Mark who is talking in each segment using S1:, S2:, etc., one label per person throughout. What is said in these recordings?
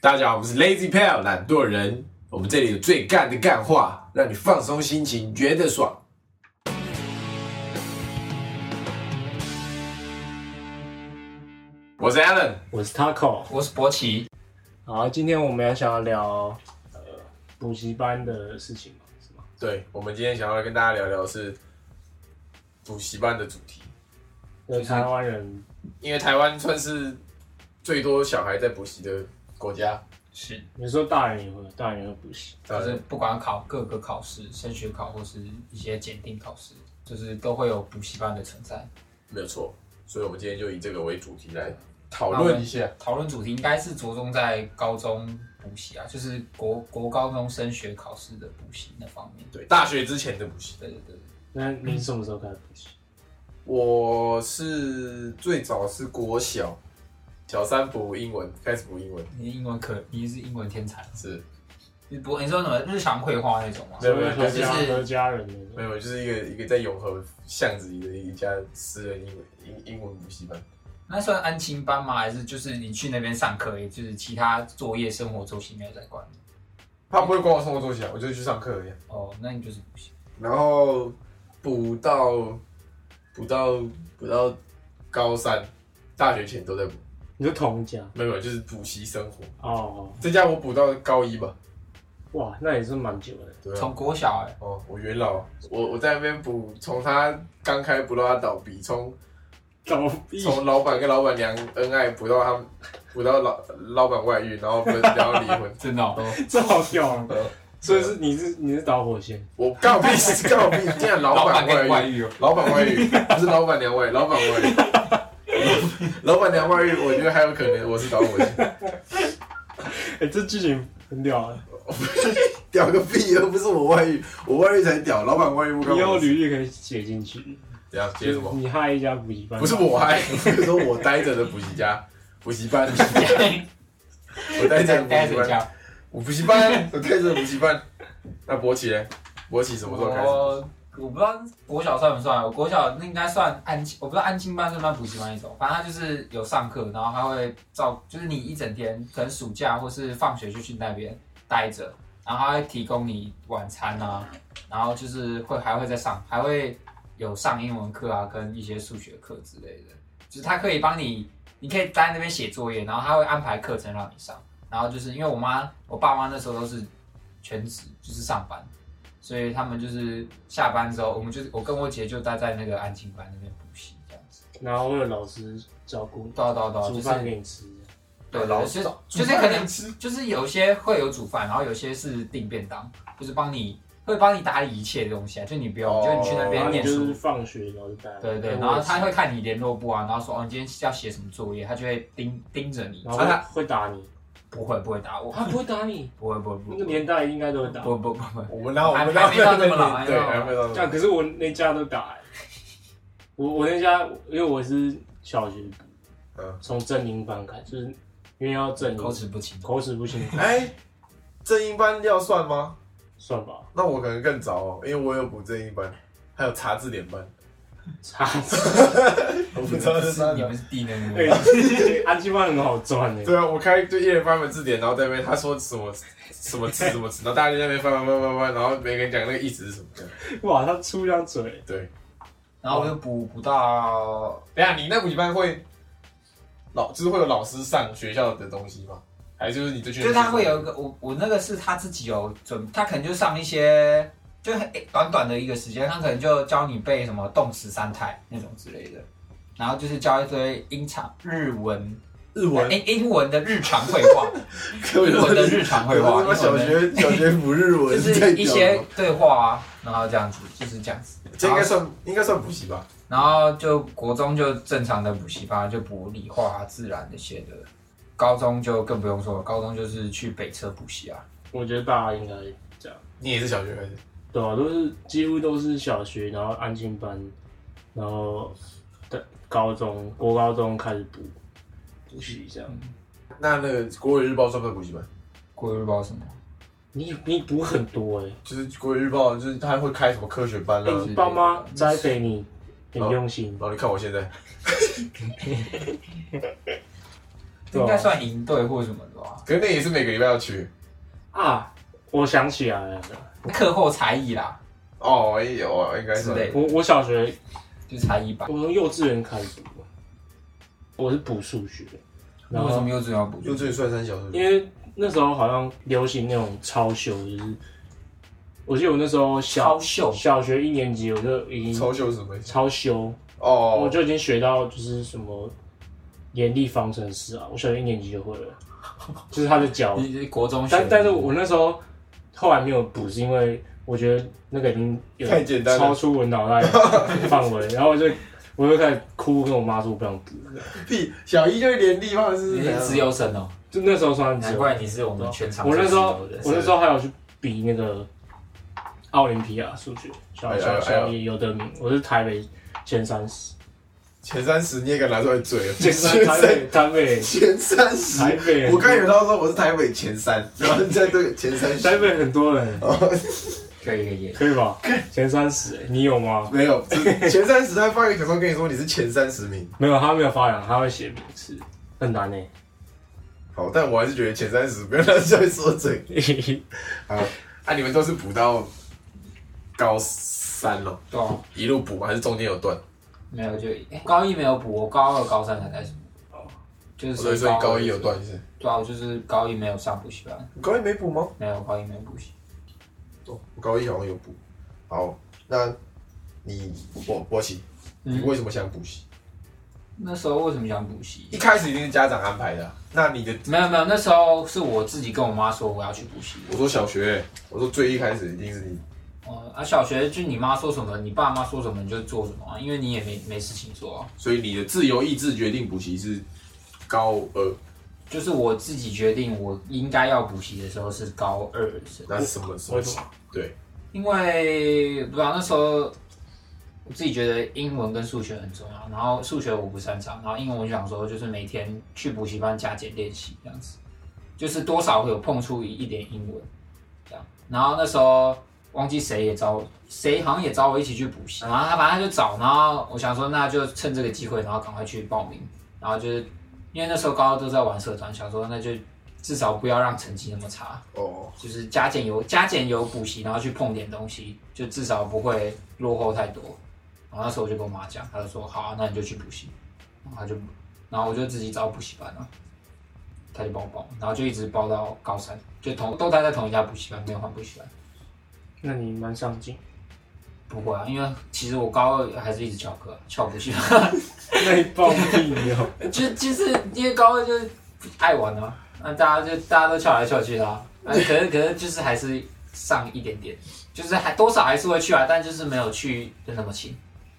S1: 大家好，我们是 Lazy Pal 懒惰人，我们这里有最干的干话，让你放松心情，觉得爽。我是 Alan，
S2: 我是 Taco。
S3: 我是博奇，
S2: 好，今天我们要想要聊呃补习班的事情嘛，是吗？
S1: 对我们今天想要跟大家聊聊是补习班的主题，
S2: 对，台湾人
S1: 因为台湾算是最多小孩在补习的国家，
S3: 是，
S2: 有时候大人也会，大人也会补习。
S3: 就是不管考各个考试、升学考或是一些检定考试，就是都会有补习班的存在。
S1: 没有错，所以我们今天就以这个为主题来讨
S3: 好
S1: 论一下。
S3: 讨论主题应该是着重在高中补习啊，就是国国高中升学考试的补习那方面。
S1: 对，大学之前的补习。
S3: 对对对，
S2: 那你什么时候开始补习？
S1: 我是最早是国小，小三补英文，开始补英文
S3: 你英文可你是英文天才，
S1: 是
S3: 你不你说什么日常绘画那种吗
S1: 没？有没有
S2: 和家
S3: 就是
S2: 和家人那
S1: 没
S2: 种。
S1: 有，就是一个一个在永和巷子里的一家私人英文英英文补习班。
S3: 那算安亲班吗？还是就是你去那边上课，也就是其他作业、生活作息没有在管你？
S1: 他不会管我生活作息啊，我就是去上课而已啊。
S3: 哦，那你就是补习。
S1: 然后补到补到补到高三，大学前都在补，
S2: 你是同家
S1: 没有没有，就是补习生活。
S2: 哦，
S1: 这家我补到高一吧，
S2: 哇，那也是蛮久的。
S1: 对啊
S3: 从国小哎、
S1: 哦，我元老，我我在那边补，从他刚开补到他倒闭，从
S2: 倒 闭
S1: 从老板跟老板娘恩爱补到他们，补到老老板外遇，然后分，然后离 婚。
S3: 真的、哦，
S2: 这好屌啊！
S1: 呃
S2: 所以是你是你是导火线，
S1: 我告屁事， 告屁！竟然老板
S3: 跟
S1: 外
S3: 外
S1: 遇，
S3: 遇哦。
S1: 老板外遇不是老板娘外遇，老板外遇， 老老板娘外遇，我觉得还有可能，我是导火线，
S2: 哎、这剧情很屌啊！
S1: 屌个屁！又不是我外遇，我外遇才屌，老板外遇不干
S2: 以后
S1: 我事。
S2: 履历可以写进去，
S1: 怎样？接什么？
S2: 你害一家补习班，
S1: 不是我嗨，我是说我待着的补习家，补习 班， 我待着的补
S3: 待
S1: 习
S3: 在
S1: 班。
S3: 家。
S1: 我补习班，我开始补习班。那博奇嘞？博奇什么时候开始？
S3: 我我不知道国小算不算，啊我国小那应该算安亲，我不知道安亲班算不算补习班一种，反正他就是有上课，然后他会照，就是你一整天，可能暑假或是放学就去那边待着，然后他会提供你晚餐啊，然后就是会还会再上，还会有上英文课啊，跟一些数学课之类的，就是他可以帮你，你可以待在那边写作业，然后他会安排课程让你上，然后就是因为我妈我爸妈那时候都是全职，就是上班。所以他们就是下班之后，我们就是我跟我姐就待在那个安静班那边补习，这样子。
S2: 然后会有老师照顾你，
S3: 对啊对啊对啊，
S2: 煮
S3: 就是
S2: 饭给你吃。
S3: 对，
S1: 老
S3: 老
S1: 师
S3: 师
S1: 煮
S3: 就
S1: 饭
S3: 是可
S1: 给你
S3: 能
S1: 吃
S3: 就是有些会有煮饭，然后有些是订便当，就是帮你会帮你打理一切的东西啊，就你不用，
S1: 哦
S3: 就你去那
S2: 然
S3: 边
S2: 后你
S3: 念
S2: 就是
S3: 书。
S2: 放学然后就带来。
S3: 对对对，然后他会看你联络簿啊，然后说哦，你今天要写什么作业，他就会盯盯着你。
S2: 然后
S1: 啊
S2: 会,、
S1: 他
S2: 会打你，
S3: 不会不会打我，
S2: 他不会打你，
S3: 不会不会 不
S2: 那
S3: 会
S2: 个
S3: 不会
S2: 年代应该都会打。
S3: 不不不不会，
S1: 我们然后我
S3: 还
S1: 们
S3: 还没到那 么老还没
S1: 对，
S3: 到
S1: 还没到那么
S2: 但
S1: 老。
S2: 可是我那家都打、欸，我我那家因为我是小学
S1: 嗯，
S2: 从正音班开，就是因为要正音
S3: 口齿不清。
S2: 口齿不清，
S1: 哎，正音班要算吗？
S2: 算吧，
S1: 那我可能更早哦，因为我有补正音班，还有查字典班。
S2: 差。
S1: 我不知道是
S3: 是
S1: 啥
S3: 你
S1: 的
S3: 们。是低能
S2: 对
S3: 的，，
S2: 安基班很好赚欸 诶、
S1: 对啊，我开就一人翻本字典，然后在那边他说什么什么词什么词，然后大家就在那边翻翻翻翻翻，然后每个人讲那个意思是什么这样。
S2: 哇，他出一张嘴，
S1: 对，
S3: 然后我就补补到
S1: 等一下你那补习班会老就是会有老师上学校的东西吗？还是就是你就去？
S3: 就是他会 有一个，我我那个是他自己有准，他可能就上一些，就很诶短短的一个时间，他可能就教你背什么动词三态那种之类的，然后就是教一堆英常日文，
S1: 日
S3: 英英文的日常绘 画，
S1: 可
S3: 英文的日常绘画，英文
S1: 小
S3: 的
S1: 学小学补日文
S3: 就
S1: 太
S3: 是一
S1: 屌
S3: 些
S1: 了
S3: 对话啊，然后这样子就是这样子，
S1: 这应该
S2: 啊
S1: 算应该算补习吧？
S3: 然后就国中就正常的补习班，就补理化、啊自然那些的，高中就更不用说了，高中就是去北车补习啊，
S2: 我觉得大家应该这样，
S1: 你也是小学开始，
S2: 对啊，都是几乎都是小学，然后安静班，然后的高中、国高中开始补补习这样。
S1: 那那个国语日报算不算补习班？
S3: 国语不知道什么。
S2: 你你补很多哎、
S1: 就是国语日报，就是他会开什么科学班啦、
S2: 欸，你爸妈栽培你很用心，
S1: 然后你看我现在，
S3: 应该算营队或什么的吧？
S1: 可是那也是每个礼拜要去。
S2: 啊，我想起来了，
S3: 课后才艺啦
S1: 哦，也有啊，应该是
S3: 之。类的，
S2: 我我小学
S3: 就是才艺班。
S2: 我从幼稚园开始补，我是补数学，然
S3: 为什
S2: 后
S3: 么幼稚园要补？
S1: 幼稚园算三小时，
S2: 因为那时候好像流行那种超修，就是我记得我那时候
S3: 超
S2: 小
S3: 秀
S2: 小学一年级我就已经
S1: 超秀什么意思？
S2: 超修，我
S1: 哦，
S2: 就已经学到就是什么严厉方程式啊，我小学一年级就会了， 就是他的教
S3: 你你国中学
S2: 但
S3: 的，
S2: 但是我那时候后来没有补，是因为我觉得那个已经有
S1: 太简单了
S2: 超出我脑袋的范围，然后我就我就开始哭，跟我妈说我不想补。
S1: 屁，小一就是连地方
S3: 你
S1: 是怎
S3: 是自
S1: 样
S3: 由生哦，
S2: 就那时候算只
S4: 难
S2: 有
S4: 怪你是我们全场
S2: 我
S4: 最
S2: 那时候
S4: 自由的人
S2: 我那时候还有去比那个奥林匹亚数学，小
S1: 哎
S2: 小
S1: 呦
S2: 小
S1: 哎呦
S2: 也有得名，我是台北前三十，
S1: 前三十你也敢拿出来嘴？啊
S2: 前三台北台北
S1: 前三十，
S2: 台北
S1: 我刚以为他说我是台北前三，然后你在这个前三十，
S2: 台北很多人，
S1: 哦，
S3: 可以可以。
S2: 可以吧？前三十、欸你有吗？
S1: 没 有，只前三十他发言小时候跟你说你是前三十名，
S2: 没有，他没有发扬，他会写名次，很难哎、
S1: 好，但我还是觉得前三十不要拿出来说嘴
S2: 欸。
S1: 啊！你们都是补到高三了，
S3: 对啊，
S1: 一路补吗？还是中间有断？
S3: 没有就、诶高一没有补，我高二高三才开始补
S2: 哦。
S3: 就
S1: 我
S3: 是
S1: 所以说你高一有，断一次，
S3: 对啊，我就是高一没有上补习班，
S1: 你高一没补吗？
S3: 没有高一没有补习。
S1: 哦我高一好像有补。好，那你博博奇，你
S3: 嗯
S1: 为什么想补习？
S3: 那时候为什么想补习
S1: 一？开始一定是家长安排的啊、那你的
S3: 没有没有，那时候是我自己跟我妈说我要去补习。
S1: 我说小学、我说最一开始一定是你
S3: 哦、啊，小学就你妈说什么，你爸妈说什么你就做什么、啊，因为你也没没事情做、啊。
S1: 所以你的自由意志决定补习是高二，
S3: 就是我自己决定我应该要补习的时候是高二的时候，
S1: 那是什么时候
S2: 为？什么？
S3: 因为不知道那时候我自己觉得英文跟数学很重要，然后数学我不擅长，然后英文我就想说就是每天去补习班加减练习这样子，就是多少会有碰触一一点英文这样。然后那时候忘记谁也找我，谁好像也找我一起去补习，然后他反正他就找，然后我想说那就趁这个机会，然后赶快去报名，然后就是因为那时候高中都在玩社团，想说那就至少不要让成绩那么差。
S1: 哦，
S3: 就是加减有加减有补习，然后去碰点东西，就至少不会落后太多。然后那时候我就跟我妈讲，她就说好啊、那你就去补习。然后她就，然后我就自己找补习班啊，她就帮我报，然后就一直报到高三，就同都待在同一家补习班，没有换补习班。
S2: 那你蛮上进，
S3: 不会啊，因为其实我高二还是一直翘课，啊翘补习班，
S2: 那你暴毙 哦！
S3: 就就是因为高二就是爱玩啊，那大家就大家都翘来翘去 的、啊，那可是可是就是还是上一点点，就是还多少还是会去啊，但就是没有去的那么勤，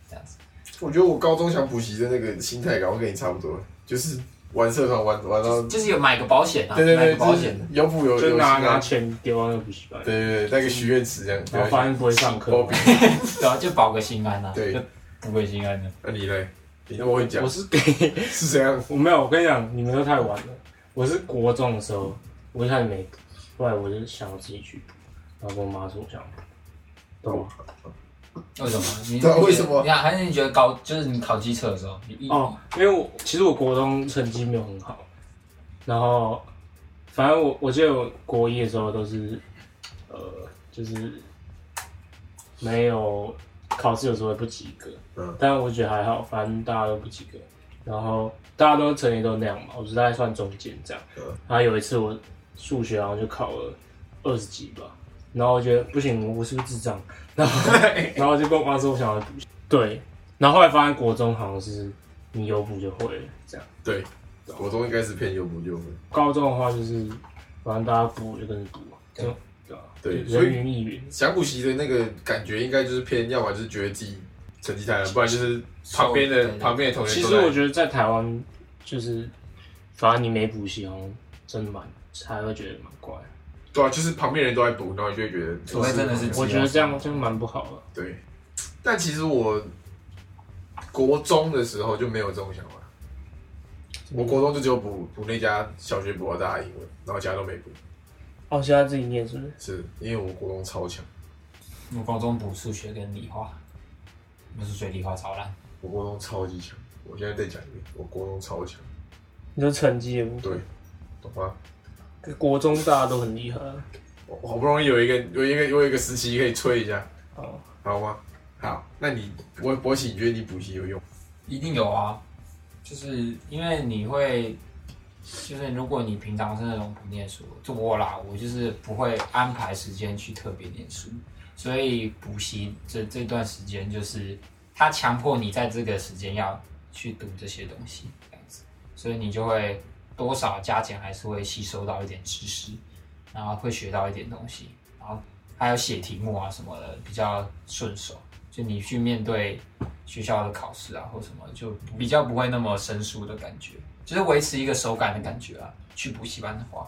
S3: 这样子。
S1: 我觉得我高中想补习的那个心态，搞得跟你差不多，就是玩社团玩玩到，
S3: 就是有买个保险啊，
S1: 对对
S3: 买
S1: 对，
S3: 个保
S1: 就是
S3: 险，
S1: 有补有
S2: 就
S1: 有
S2: 拿
S1: 心
S2: 拿
S1: 啊
S2: 钱丢到那个补习班，
S1: 对对对，那个许愿池这样，
S2: 然后发现不会上课。
S3: 对啊，就保个心安啊，
S1: 对
S3: 就补个心安的。
S1: 那你嘞？你那么会讲
S2: 我是给，
S1: 是这样？
S2: 我没有，我跟你讲，你们都太晚了。我是国中的时候，我一开始没补，后来我就想我自己去补，然后跟我妈说我想补，懂吗？
S3: 为什么？你
S1: 对啊为什么
S3: 你看，还是你觉得高，就是你考机测的时候，你一
S2: 哦，因为我其实我国中成绩没有很好，然后反正我我记得我国一的时候都是，呃，就是没有考试有时候会不及格，
S1: 嗯
S2: 但我觉得还好，反正大家都不及格，然后大家都成绩都那样嘛，我是大概算中间这样
S1: 嗯。
S2: 然后有一次我数学好像就考了二十几吧，然后我觉得不行，我是不是智障？然后然后我就跟我妈说我想要补习，对，然后后来发现国中好像是你有补就会了这样。
S1: 对，国中一开始偏有补就会，
S2: 高中的话就是，反正大家补就跟着补嘛，
S3: 对
S2: 就对啊
S1: 对所以
S2: 人云亦云。
S1: 想补习的那个感觉应该就是偏，要么就是觉得自己成绩太烂，不然就是旁边
S3: 受
S1: 的
S3: 对
S1: 旁边的同学
S2: 其
S1: 都
S2: 实我
S1: 在。
S2: 觉得在台湾就是，反正你没补习，好像真的蛮才会觉得蛮怪。
S1: 对啊，就是旁边人都在补，然后你就会觉得哦
S3: 除非真的是自由
S2: 我觉得这样这样蛮不好的。
S1: 对，但其实我国中的时候就没有这种想法。我国中就只有补补那家小学补到大家英文，然后其他都没补，
S2: 哦，现在自己念是不是？
S1: 是因为我国中超强，
S3: 我高中补数学跟理化，我数学理化超烂，
S1: 我国中超级强。我现在再讲一遍，我国中超强，
S2: 你说成绩也不
S1: 对，懂吗？
S2: 国中大家都很厉害啊
S1: 我好不容易有一个有一个有一个时期可以吹一下，
S2: 哦。
S1: 好吗？好，那你我博喜，你觉得你补习有用？
S3: 一定有啊，就是因为你会，就是如果你平常是那种不念书，就我啦，我就是不会安排时间去特别念书，所以补习这这段时间就是他强迫你在这个时间要去读这些东西，这样子，所以你就会多少加减还是会吸收到一点知识，然后会学到一点东西，然后还有写题目啊什么的比较顺手，就你去面对学校的考试啊或什么，就比较不会那么生疏的感觉，就是维持一个手感的感觉啊。去补习班的话，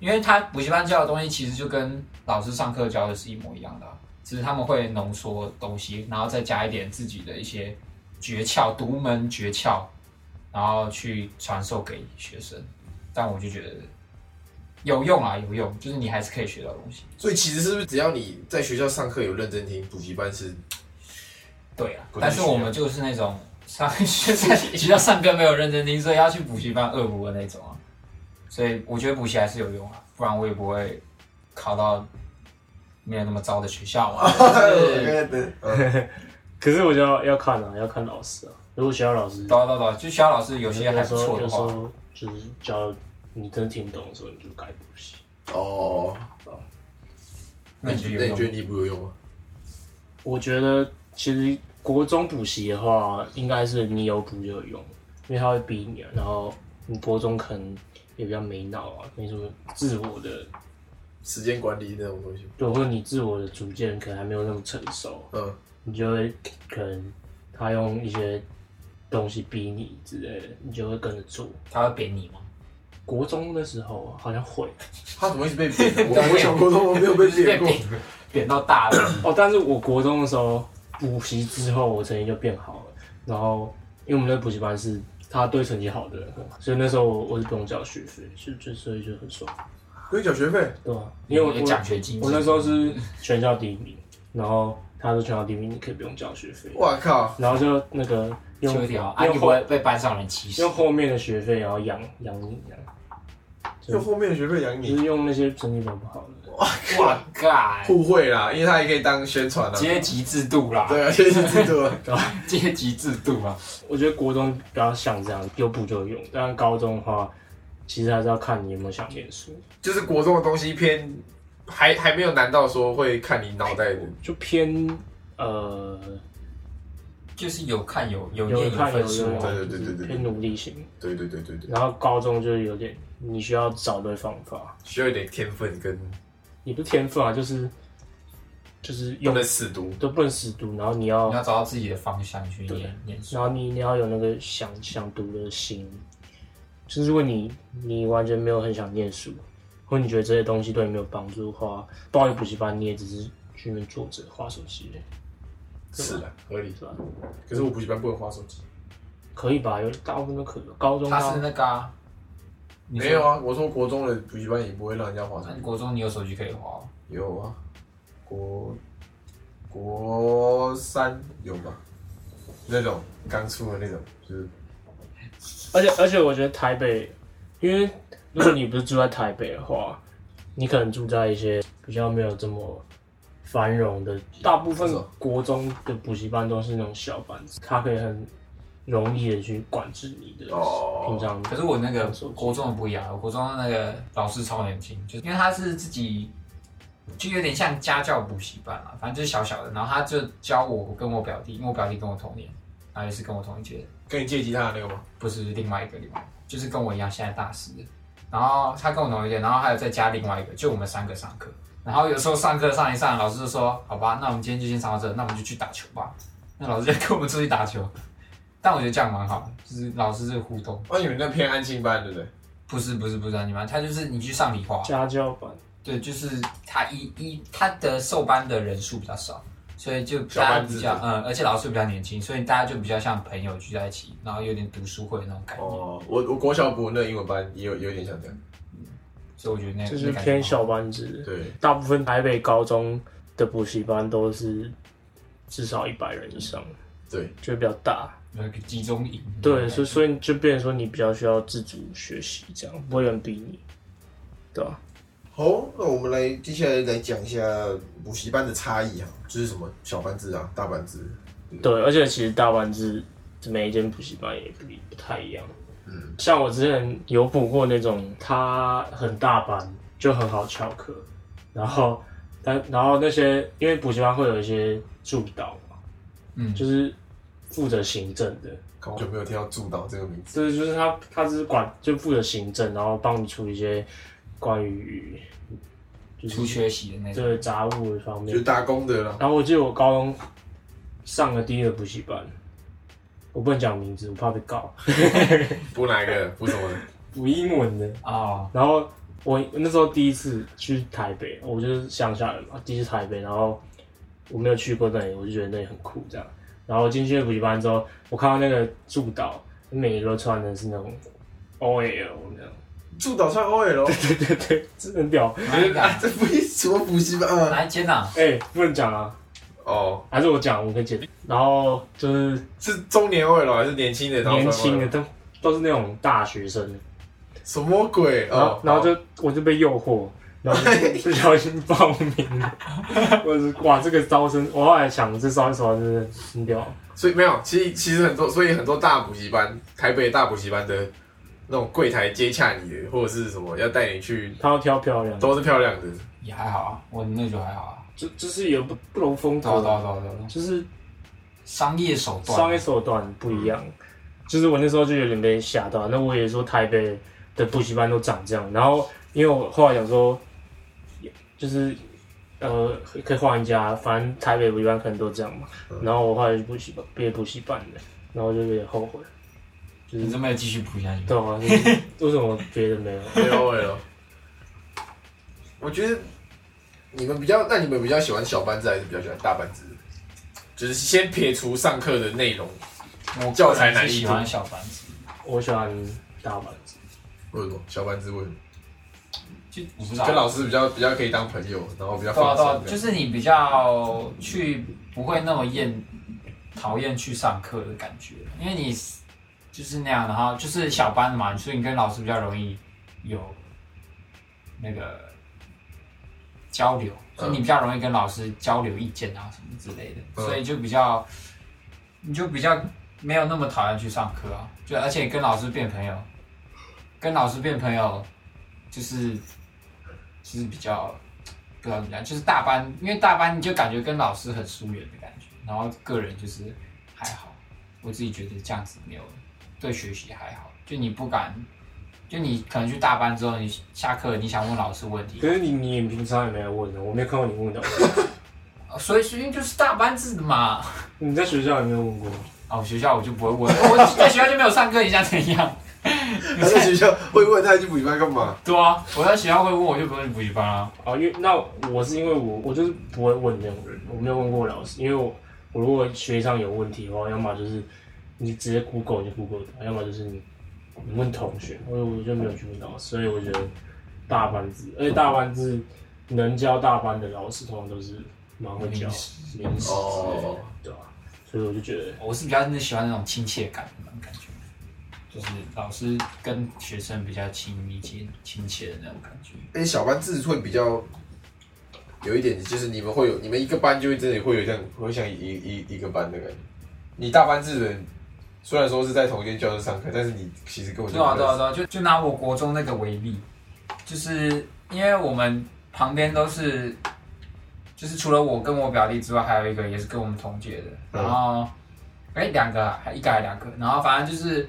S3: 因为他补习班教的东西其实就跟老师上课教的是一模一样的啊、只是他们会浓缩东西，然后再加一点自己的一些诀窍、独门诀窍，然后去传授给学生。但我就觉得有用啊，有用，就是你还是可以学到东西。
S1: 所以其实是不是只要你在学校上课有认真听，补习班是
S3: 对啊
S1: 不，太
S3: 但是我们就是那种上学在学校上课没有认真听，所以要去补习班恶补的那种啊。所以我觉得补习还是有用啊，不然我也不会考到没有那么糟的学校嘛。就是
S2: 可是我就要要看啊，要看老师啊。如果学校老师
S3: 对啊对啊对啊，就学校老师有
S2: 有
S3: 些还
S2: 时
S3: 不
S2: 候
S3: 错的
S2: 有时
S3: 话，
S2: 候就是教你真的听不懂的时候，你就该补习。
S1: 哦，那
S3: 那
S1: 你
S3: 你就
S1: 那你
S3: 有
S1: 觉
S3: 用。
S1: 得你补有用吗？
S2: 我觉得其实国中补习的话，应该是你有补就有用，因为他会逼你啊。然后你国中可能也比较没脑啊，没什么自我的，
S1: 时间管理那种东西，
S2: 对，或者你自我的主见可能还没有那么成熟，
S1: 嗯，
S2: 你就会可能他用一些东西逼你之类的，你就会跟着做。
S3: 他会扁你吗？
S2: 国中的时候好像会
S1: 他怎么一直被 贬？我我小国中我没有被
S3: 就是被
S1: 贬过，
S3: 扁，扁到大的。
S2: 哦，但是我国中的时候补习之后，我成绩就变好了。然后因为我们的补习班是他对成绩好的人很好，所以那时候我我是不用交学费，就就所以就很爽，
S1: 不用缴学费，
S2: 对吧、因为我
S3: 有
S2: 我
S3: 奖学金
S2: 我那时候是全校第一名，然后他说全校第一名，你可以不用交学费，
S1: 哇靠！
S2: 然后就那个用
S3: 秋条啊，你
S2: 用
S3: 不
S2: 后
S3: 会被班上人歧视
S2: 用？后面的学费然后养养你这样。
S1: 就后面的学费养
S2: 就
S1: 你，
S2: 是用那些成绩比较不好的人，
S3: 哇 靠！
S1: 互惠啦，因为他也可以当宣传啦，
S3: 阶级制度啦，
S1: 对啊， 学习制度啊，
S3: 阶级制度啊，
S2: 我觉得国中比较像这样有补就有用，但高中的话，其实还是要看你有没有想念书。
S1: 就是国中的东西偏还还没有难到说会看你脑袋的，
S2: 就偏呃
S3: 就是有看有有念
S2: 有看有
S3: 分数
S2: 用，
S3: 啊。
S1: 对对对对对
S2: 偏努力型。
S1: 对对对对对，
S2: 然后高中就是有点你需要找对方法，
S1: 需要一点天分跟
S2: 也不是天赋啊，就是就是
S1: 不
S2: 用
S1: 能死读，
S2: 都不能死读，然后你要
S3: 你要找到自己的方向去
S2: 对
S3: 念念书。
S2: 然后你你要有那个想想读的心，就是如果你你完全没有很想念书，或你觉得这些东西对你没有帮助的话，报一补习班你也只是去那边坐着划手机，
S1: 是的，合理
S2: 是吧？
S1: 可是我补习班不能划手机，
S2: 可以吧？有大部分都可以，高中
S3: 他
S2: 大
S3: 是那个啊，你说
S1: 没有，啊，我说国中的补习班也不会让人家划手
S3: 那
S1: 机
S3: 你，国中你有手机可以滑哦，
S1: 有啊，国国三有吧？那种刚出的那种，就是
S2: 而且而且，我觉得台北，因为如果你不是住在台北的话，你可能住在一些比较没有这么繁荣的，大部分国中的补习班都是那种小班子，它可以很容易的去管制你的
S1: 哦
S2: 平常。
S3: 可是我那个国中的不一样，我国中的那个老师超年轻，就是因为他是自己，就有点像家教补习班啊，反正就是小小的，然后他就教我跟我表弟，因为我表弟跟我同年，然后也是跟我同一届的，
S1: 跟你借吉他的那个吗？
S3: 不是另外一个，另外一个就是跟我一样现在大四的，然后他跟我同一届，然后还有再加另外一个，就我们三个上课。然后有时候上课上一上，老师就说：“好吧，那我们今天就先上到这，那我们就去打球吧。”那老师就跟我们出去打球，但我觉得这样蛮好的，就是老师是互动，
S1: 哦，你们那偏安静班对不对？
S3: 不是不是不是啊，你们他就是你去上理化，
S2: 家教班，
S3: 对，就是他一一他的受班的人数比较少，所以就
S1: 小
S3: 大家
S1: 班制
S3: 比较嗯，而且老师比较年轻，所以大家就比较像朋友聚在一起，然后有点读书会那种感觉，
S1: 哦，我我国小补那个英文班也有有点像这样，
S3: 所以我觉得那
S2: 就是
S3: 哎那感觉蛮
S2: 偏
S3: 好
S2: 小班制。
S1: 对，
S2: 大部分台北高中的补习班都是至少一百人以上，
S1: 对，
S2: 就比较大。
S3: 有一个集中营。
S2: 对，所以所以就变成说你比较需要自主学习，这样不会有人逼你。对吧、
S1: 好，那我们来接下来来讲一下补习班的差异哈，就是什么小班制啊、大班制，
S2: 对，而且其实大班制每一间补习班也不一不太一样。
S1: 嗯，
S2: 像我之前有补过那种，它很大班，就很好翘课，然后但然后那些因为补习班会有一些助导嘛，
S3: 嗯，
S2: 就是负责行政的，
S1: 好久没有听到助导这个名字。
S2: 就是就是他他只是管就负责行政，然后帮你处理一些关于就是
S3: 出缺席的那种。
S2: 对杂物方面
S1: 就，打工的啦，
S2: 然后我记得我高中上了第一个补习班，我不能讲名字，我怕被告。
S1: 补哪一个？补什么 的？
S2: 补英文的，
S3: 哦，
S2: 然后我那时候第一次去台北，我就是乡下人嘛，第一次台北，然后我没有去过那里，我就觉得那里很酷这样。然后进去补习班之后，我看到那个助导，每一个穿的是那种 OL 那样，
S1: 助导穿 OL，
S2: 对对对，真的很屌。
S3: 哪一个啊
S1: 啊，这不一什么补习班啊？
S3: 哪一间啊？
S2: 哎、不能讲啊，
S1: 哦，
S2: 还是我讲，我可以解。然后就是
S1: 是中年 OL 还是年轻的？然后
S2: 年
S1: 穿
S2: 轻的
S1: OL
S2: 都都是那种大学生，
S1: 什么鬼？
S2: 然后
S1: 哦，
S2: 然后就我就被诱惑，然后就 不小心报名了。我是哇，这个招生，我后来想这招生手法真的很屌。
S1: 所以没有，其实其实很多，所以很多大补习班，台北大补习班的那种柜台接洽你的，或者是什么要带你去，
S2: 他要挑漂亮，
S1: 都是漂亮 的。
S3: 也还好啊，我那就还好啊。
S2: 就就是有不不同风
S3: 对对啊
S2: 格的，
S3: 对对对，
S2: 就是
S3: 商业手段。
S2: 啊商业手段不一样。就是我那时候就有点被吓到，那我也说台北的补习班都长这样，然后因为我后来想说，就是呃可以换一家，反正台北补习班可能都这样嘛。然后我后来就补习班，被补习班的，然后就有点后悔。
S3: 你这么继续补下去？
S2: 对啊，就是为什么别的没有？
S1: 没有 OL，我觉得你们比较，那你们比较喜欢小班制还是比较喜欢大班制？就是先撇除上课的内容，
S3: 我
S1: 教材难
S3: 是
S1: 易
S3: 喜欢小班制，
S2: 我喜欢大阪子，
S1: 为什么小班制为什么？
S3: 就我不知道。
S1: 跟老师比较比较可以当朋友，然后比较
S3: 对
S1: 放
S3: 啊对
S1: 松
S3: 啊，
S1: 这样。
S3: 就是你比较去不会那么厌讨厌去上课的感觉，因为你就是那样，然后就是小班的嘛，所以你跟老师比较容易有那个交流，所以你比较容易跟老师交流意见啊什么之类的，
S1: 嗯
S3: 所以就比较你就比较没有那么讨厌去上课啊，就而且跟老师变朋友，跟老师变朋友就是就是比较。不知道怎么讲，就是大班，因为大班你就感觉跟老师很疏远的感觉，然后个人就是还好，我自己觉得这样子没有对学习还好，就你不敢，就你可能去大班之后，你下课你想问老师问题，
S2: 可是你你平常也没有问的，我没看过你问的。
S3: 呃所以所以就是大班制的嘛。
S2: 你在学校有没有问过？
S3: 哦，学校我就不会问，我在学校就没有上课，你想怎样？
S1: 他在学校会问他去补习班干嘛？
S3: 对啊，我在学校会问，我就不会去补习班啊。
S2: 哦，因为那我是因为我我就是不会问那种人，我没有问过老师，因为我我如果学习上有问题的话，要么就是你直接 Google 就 Google 它，要么就是你你问同学，我我就没有去问老师，所以我觉得大班制，而且大班制能教大班的老师通常都是蛮会教
S3: 临
S2: 临
S3: 时
S2: 时之类的
S1: 哦，
S2: 对吧、所以我就觉得。
S3: 我是比较真的喜欢那种亲切感的那种感觉，就是老师跟学生比较亲密、亲亲切的那种感觉。
S1: 而且小班制会比较有一点，就是你们会有你们一个班就会真的会有这样，会像一一一个班的感觉。你大班制的人虽然说是在同一间教室上课，但是你其实跟我
S3: 对啊，对啊，对啊，就就拿我国中那个为例，就是因为我们旁边都是，就是除了我跟我表弟之外，还有一个也是跟我们同届的，
S1: 嗯
S3: 然后，哎、两个啊还一个还两个，然后反正就是，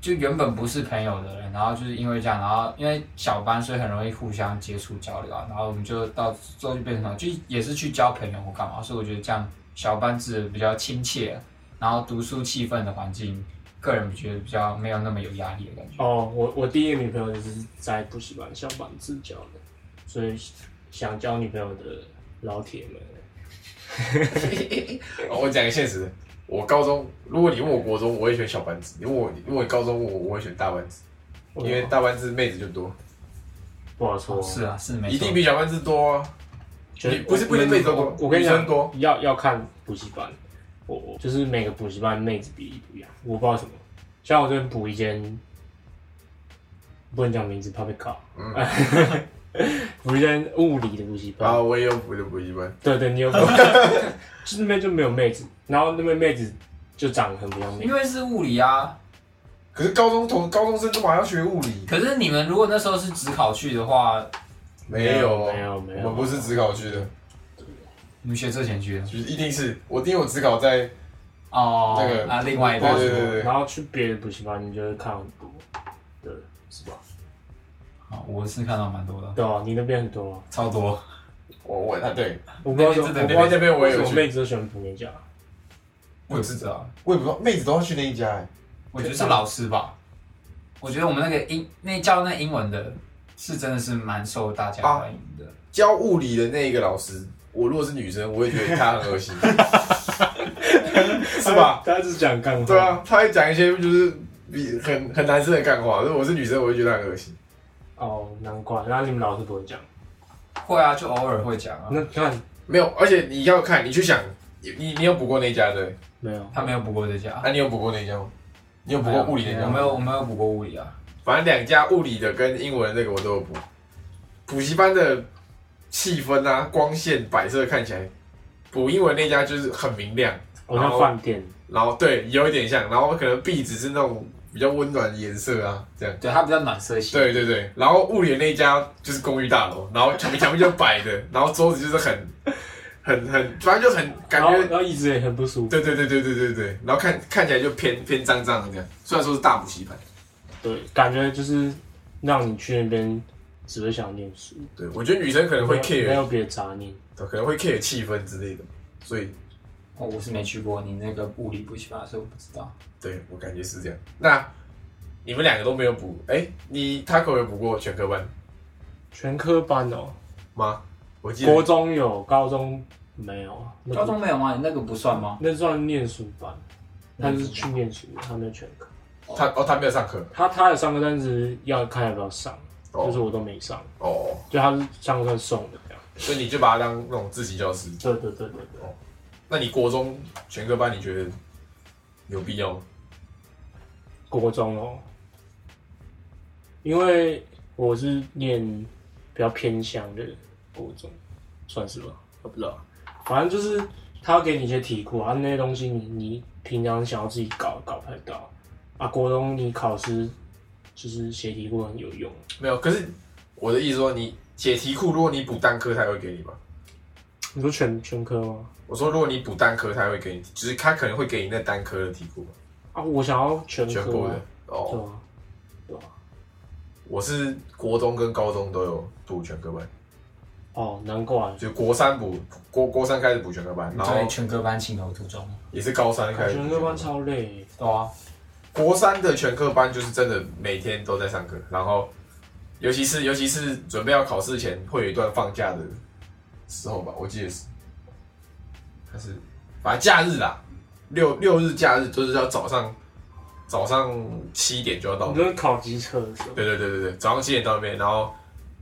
S3: 就原本不是朋友的人，然后就是因为这样，然后因为小班，所以很容易互相接触交流啊，然后我们就到最后就变成了就也是去交朋友或干嘛，所以我觉得这样小班制比较亲切，啊然后读书气氛的环境。个人觉得比较没有那么有压力的感觉。
S2: 哦，我我第一个女朋友就是在补习班小班制教的，所以想交女朋友的老铁们，
S3: 啊
S1: 哦我讲个现实的，我高中如果你问我国中，我会选小班制；如果你如果你高中问我，我会选大班制，因为大班制妹子就多，
S2: 不好说，
S3: 是啊，是没错。
S1: 一定比小班制多啊。
S2: 觉
S1: 你
S2: 得
S1: 不是不一定妹子多
S2: 我我跟你
S1: 女
S2: 讲
S1: 生多，
S2: 要要看补习班，我我就是每个补习班妹子比例不一样，我不知道什么。像我这边补一间不能讲名字，怕被告。
S1: 嗯
S2: 嗯， 福建物理的补习班
S1: 然，啊后我也有补的补习班，
S2: 对对，你有补，就那边就没有妹子，然后那边妹子就长得很不像妹
S3: 因，为是物理啊。
S1: 可是高中同高中生干嘛要学物理？
S3: 可是你们如果那时候是只考去的话，
S1: 没有，
S2: 没有没有
S1: 我们不是只考去的，
S3: 你们学这前去的
S1: 就是一定是我因为我只考在
S3: 哦，
S1: 那个
S3: 啊，另外一
S1: 对
S3: 半
S1: 对对对
S2: 然后去别的补习班，你就会看很多，对，是吧？
S3: 哦我是看到蛮多的，
S2: 对啊，你那边很多啊，
S3: 超多。
S1: 我我啊，对，
S2: 我不知道为什么，
S3: 那边真的
S2: 啊我不
S1: 那
S2: 知道
S1: 边那边我
S2: 为
S1: 也
S2: 什
S1: 有
S2: 么
S1: 去，
S2: 妹子都喜欢补美甲，
S3: 我也不知道，
S1: 我也不知道妹子都要去那一家哎，
S3: 我觉得是老师吧。我觉得我们那个英那教那英文的，是真的是蛮受大家
S1: 啊
S3: 欢迎的。
S1: 教物理的那一个老师，我如果是女生，我也觉得她很恶心， 是吧？
S2: 他只讲干话，
S1: 对，啊，她会讲一些就是比很很男生的干话，如果我是女生，我会觉得她很恶心。
S2: 哦，难怪，然后你们老师不会讲，
S3: 会啊，就偶尔会讲啊。
S2: 那看
S1: 没有，而且你要看，你去想，你你你有补过那一家对？
S2: 没有，
S3: 他没有补过这家，哎
S1: 啊，你有补过那一家吗？你有补过物理那一
S3: 我
S1: 家
S3: 没
S1: 吗？
S3: 有，我没有补过物理啊。
S1: 反正两家物理的跟英文那个我都有补。补习班的气氛啊，光线摆设看起来，补英文那家就是很明亮，
S2: 我在饭店，
S1: 然后对，有一点像，然后可能壁纸是那种比较温暖的颜色啊，这样。
S3: 对他比较暖色系。
S1: 对对对，然后物理的那家就是公寓大楼，然后墙壁墙壁就摆的，然后桌子就是很 很很，反正就很感
S2: 然
S1: 觉
S2: 后然后椅子也很不舒服，
S1: 对对对对对对对，然后看看起来就偏偏脏脏的这样，虽然说是大补习班，
S2: 对，感觉就是让你去那边只会想念书，
S1: 对我觉得女生可能会
S2: 没
S1: care，
S2: 有别的杂念，
S1: 对可能会 care 气氛之类的，所以
S3: 哦，我是没去过你那个物理补习班，所以我不知道。
S1: 对我感觉是这样。那你们两个都没有补，哎，你 Taco 有补过全科班
S2: 全科班哦，
S1: 吗？我记
S2: 国
S1: 得
S2: 中有，高中没有啊，那不
S3: 高中没有吗？你那个不算吗？
S2: 那算念书班，他就是去念书，他没有全科。
S1: 他哦，他没有上课
S2: 他他有上课，但是要看要不要上，
S1: 哦
S2: 就是我都没上，
S1: 哦，
S2: 就他是上课送的这样。
S1: 所以你就把他当那种自习教师。
S2: 对对对对对，
S1: 那你国中全科班，你觉得有必要吗？
S2: 国中哦，因为我是念比较偏向的国中，算是吧，我不知道，反正就是他会给你一些题库啊，那些东西你你平常想要自己搞搞不太到啊，国中你考试就是写题库很有用。
S1: 没有，可是我的意思说，你解题库，如果你补单科，他也会给你吗？
S2: 你说全全科吗？
S1: 我说，如果你补单科，他会给你，就是他可能会给你那单科的题库嘛，
S2: 啊，我想要全科、啊，
S1: 全部的。哦，
S2: 对啊，对啊。
S1: 我是国中跟高中都有补全科班，
S2: 哦，难怪，
S1: 就国三补国国三开始补全科班，然后
S3: 对，全科班情有独钟。
S1: 也是高三开始补
S2: 全科班超累。
S3: 对啊，
S1: 国三的全科班就是真的每天都在上课，然后尤其是尤其是准备要考试前，会有一段放假的时候吧，我记得是，还是反正假日啦，六六日假日就是要早上早上七点就要到
S2: 你，就是考机车的时候，
S1: 对对对对对，早上七点到那边，然后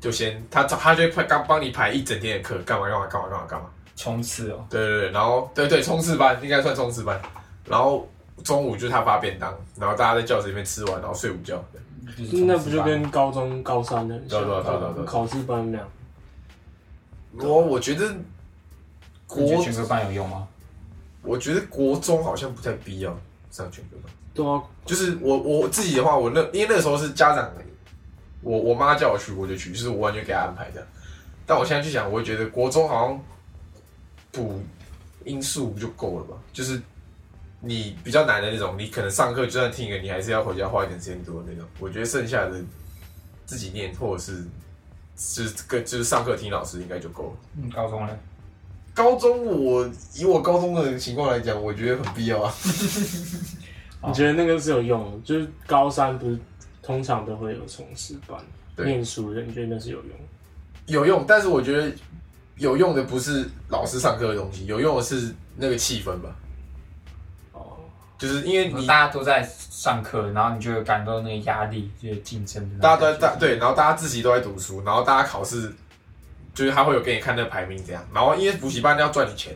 S1: 就先他他就会快刚帮你排一整天的课，干嘛干嘛干嘛干嘛干嘛，
S3: 冲刺哦。
S1: 对对对，然后对对冲刺班应该算冲刺班，然后中午就是他发便当，然后大家在教室里面吃完，然后睡午觉。
S3: 就是冲刺班
S2: 那不就跟高中高三的很像
S1: 对啊对啊对啊对啊
S2: 考试班那样？
S1: 我我觉得
S3: 你觉得
S1: 国，
S3: 全科班有用吗？
S1: 我觉得国中好像不太必要上全科班。
S2: 对啊，
S1: 就是我我自己的话，我那因为那个时候是家长，我我妈叫我去我就去，就是我完全给她安排的。但我现在去想，我会觉得国中好像补因素就够了吧？就是你比较难的那种，你可能上课就算听了，你还是要回家花一点时间读的那种。我觉得剩下的自己念或者是就是跟就是上课听老师应该就够了。
S3: 嗯，高中嘞，
S1: 高中我以我高中的情况来讲，我觉得很必要啊。
S3: 好
S2: 你觉得那个是有用的？就是高三不是通常都会有从事班
S1: 对
S2: 念书的，你觉得那是有用的？
S1: 有用，但是我觉得有用的不是老师上课的东西，有用的是那个气氛吧。
S2: 哦，
S1: 就是因为
S3: 你
S1: 你
S3: 大家都在上课，然后你就会感到那个压力，就是竞争的
S1: 大
S3: 那
S1: 家都
S3: 种感觉。
S1: 在大对，然后大家自己都在读书，然后大家考试，就是他会有给你看那个排名怎样，然后因为补习班要赚你钱，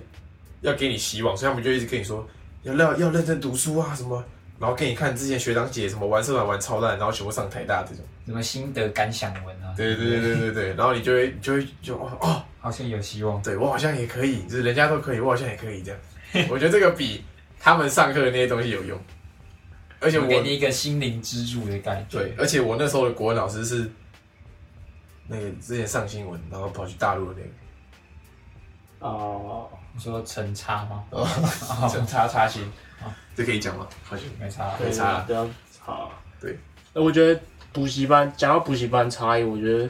S1: 要给你希望，所以他们就一直跟你说要要要认真读书啊，什么然后给你看之前学长姐什么玩社团玩超烂，然后全部上台大这种。
S3: 什么心得感想文啊，
S1: 对对对对对对，然后你就会你就会就哦哦，
S3: 好像有希望。
S1: 对我好像也可以，就是人家都可以，我好像也可以这样。我觉得这个比他们上课的那些东西有用，而且
S3: 就
S1: 我
S3: 给你一个心灵支柱的感觉。
S1: 对，而且我那时候的国文老师是那个之前上新闻，然后跑去大陆的那
S2: 哦，
S3: 你说成差吗？
S1: 个， 哦，
S3: 哦，成差差心，
S1: 这可以讲吗？好像
S3: 没差。
S1: 没差啊
S2: 不要好。
S1: 对，
S2: 那我觉得补习班讲到补习班差异，我觉得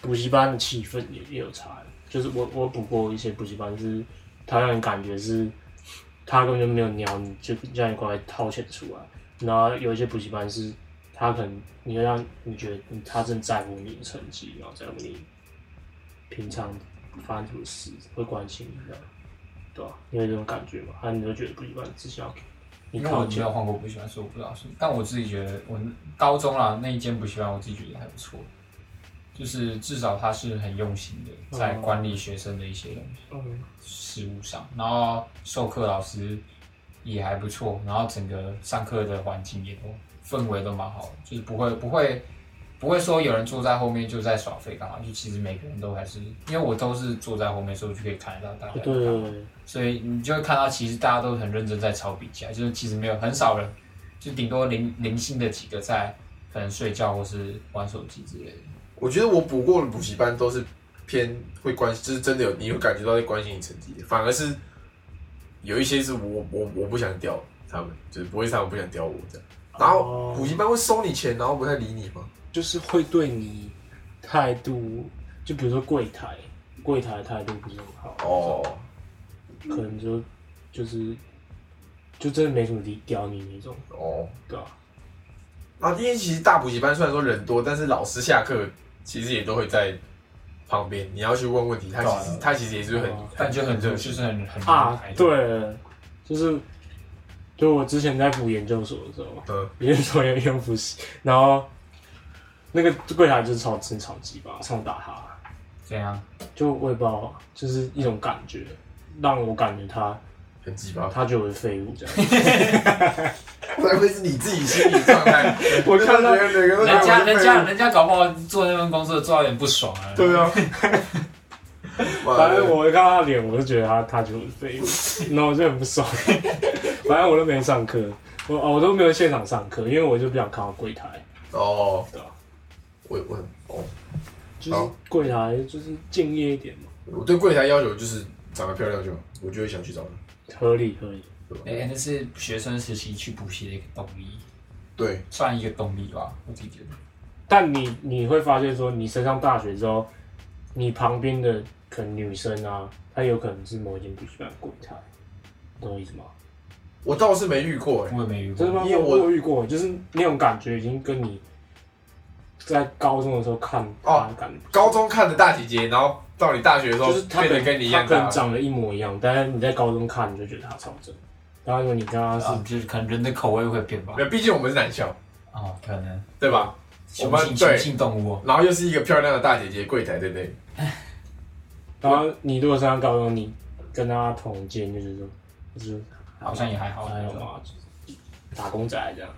S2: 补习班的气氛也也有差异。就是我我补过一些补习班是，他让你感觉是他根本就没有鸟你，就让你过来掏钱出来。然后有一些补习班是，他可能你会让你觉得他正在乎你的成绩，然后在乎你平常发生什么事，会关心你这样，对吧、啊你有这种感觉吗？还是你会觉得补习班只想要给你
S3: 因为我
S2: 掏
S3: 没
S2: 钱
S3: 有？换过补习班，所以我不知道是。但我自己觉得，我高中啦那一间补习班，我自己觉得还不错，就是至少他是很用心的在管理学生的一些东西
S2: 嗯。
S3: 事务上，然后授课老师也还不错，然后整个上课的环境也都氛围都蛮好的，就是不会不会不会说有人坐在后面就在耍废干嘛，就其实每个人都还是，因为我都是坐在后面，所以我就可以看得到大家在
S2: 对
S3: 干嘛。
S2: 对对，
S3: 所以你就会看到，其实大家都很认真在抄笔记啊，就是其实没有很少人，就顶多零零星的几个在可能睡觉或是玩手机之类的。
S1: 我觉得我补过的补习班都是偏会关心，就是真的有你会感觉到在关心你成绩的，反而是有一些是我我我不想屌他们，就是不会是他们不想屌我这样。然后
S2: 哦
S1: 补习班会收你钱，然后不太理你吗？
S2: 就是会对你态度，就比如说柜台，柜台的态度不是很好，
S1: 哦，
S2: 可能就就是就真的没什么理屌你那种，
S1: 哦，
S2: 对吧、
S1: 啊，因为其实大补习班虽然说人多，但是老师下课其实也都会在旁边，你要去问问题，他其
S3: 对
S1: 实
S3: 啊
S1: 他其实也是很
S2: 哦
S3: 但就很
S1: 热
S3: 就
S1: 情
S3: 嗯是很很
S2: 啊
S3: 很，
S2: 对了，就是就我之前在补研究所的时候，
S1: 嗯
S2: 研究所有一个补习，然后那个柜台就是超真超级吧，冲打他。
S3: 这样
S2: 就我也不知道，就是一种感觉，让我感觉他
S1: 很鸡巴，
S2: 他觉得我是废物这样。
S1: 该 会是你自己心理状 态。
S2: 我
S1: 就
S2: 看到
S1: 是觉得每个都觉得我是废物
S3: 人家人家人家搞不好做那份工作做到有点不爽啊。
S1: 对 啊，
S2: 反正我一看到他脸，我就觉得他他就是废物， 然后我就很不爽。反正我都没上课，我哦我都没有现场上课，因为我就不想看到柜台，
S1: 哦
S2: 对啊，
S1: 我我哦，
S2: 就是
S1: 好
S2: 柜台就是敬业一点嘛，
S1: 我对柜台要求就是长得漂亮就好，我就会想去找她。
S2: 合理合理。
S3: 哎、那是学生时期去补习的一个动力，
S1: 对，
S3: 算一个动力吧，我自己觉得。
S2: 但你你会发现说，你升上大学之后，你旁边的可能女生啊，她有可能是某一间补习班的柜台，懂我意思吗？
S1: 我倒是没遇过哎、
S3: 我也没遇
S2: 真的
S3: 过，
S2: 吗？
S1: 因为我
S2: 我有遇过，就是那种感觉已经跟你在高中的时候看
S1: 哦
S2: 她的感觉。
S1: 高中看的大姐姐，然后到你大学的时候
S2: 就是他
S1: 变得跟你一样
S2: 他可
S1: 大
S2: 能。长得一模一样，但是你在高中看你就觉得他超正，然后因为你跟他是、
S3: 啊，就是可能人的口味会变吧
S1: 没。有，毕竟我们是男校，
S3: 哦，可能
S1: 对吧？我
S3: 雄
S1: 们
S3: 性
S1: 对
S3: 雄性动物哦、
S1: 然后又是一个漂亮的大姐姐柜台，对不 对？
S2: 然后你如果上高中，你跟他同届，就是说，就是
S3: 好像也还好
S2: 还有嘛，就是打工仔这样。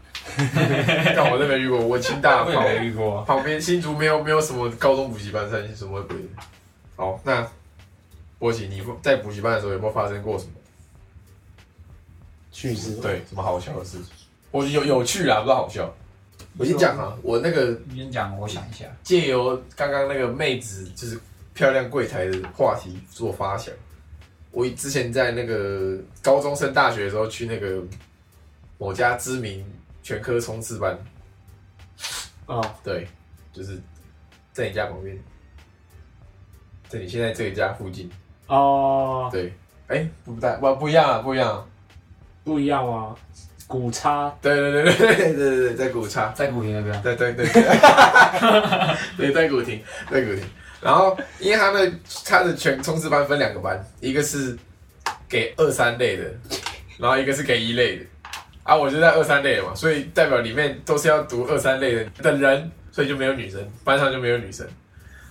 S1: 但我都没遇过，我清大
S3: 我
S1: 旁
S3: 也没遇过。
S1: 旁边新竹没有没有什么高中补习班，三什么鬼的。好，那波奇，你在补习班的时候有没有发生过什么？
S2: 去世，
S1: 对，什么好笑的事情？我有有趣啦，不是好笑。我先讲啊，我那个
S3: 你先讲，我想一下。
S1: 借由刚刚那个妹子就是漂亮柜台的话题做发想，我之前在那个高中升大学的时候去那个某家知名全科冲刺班，
S2: 啊、
S1: 对，就是在你家旁边，在你现在这个家附近。
S2: 哦，
S1: 对，哎、不不太不不一样啊，不一样啊。
S2: 不一样啊，古差
S1: 对对对对对对对对，在古差。
S3: 在古亭那边，
S1: 对对对对， 对戴古婷，戴古婷。然后，因为他的他的全冲刺班分两个班，一个是给二三类的，然后一个是给一类的。啊，我就在二三类的嘛，所以代表里面都是要读二三类的的人，所以就没有女生，班上就没有女生。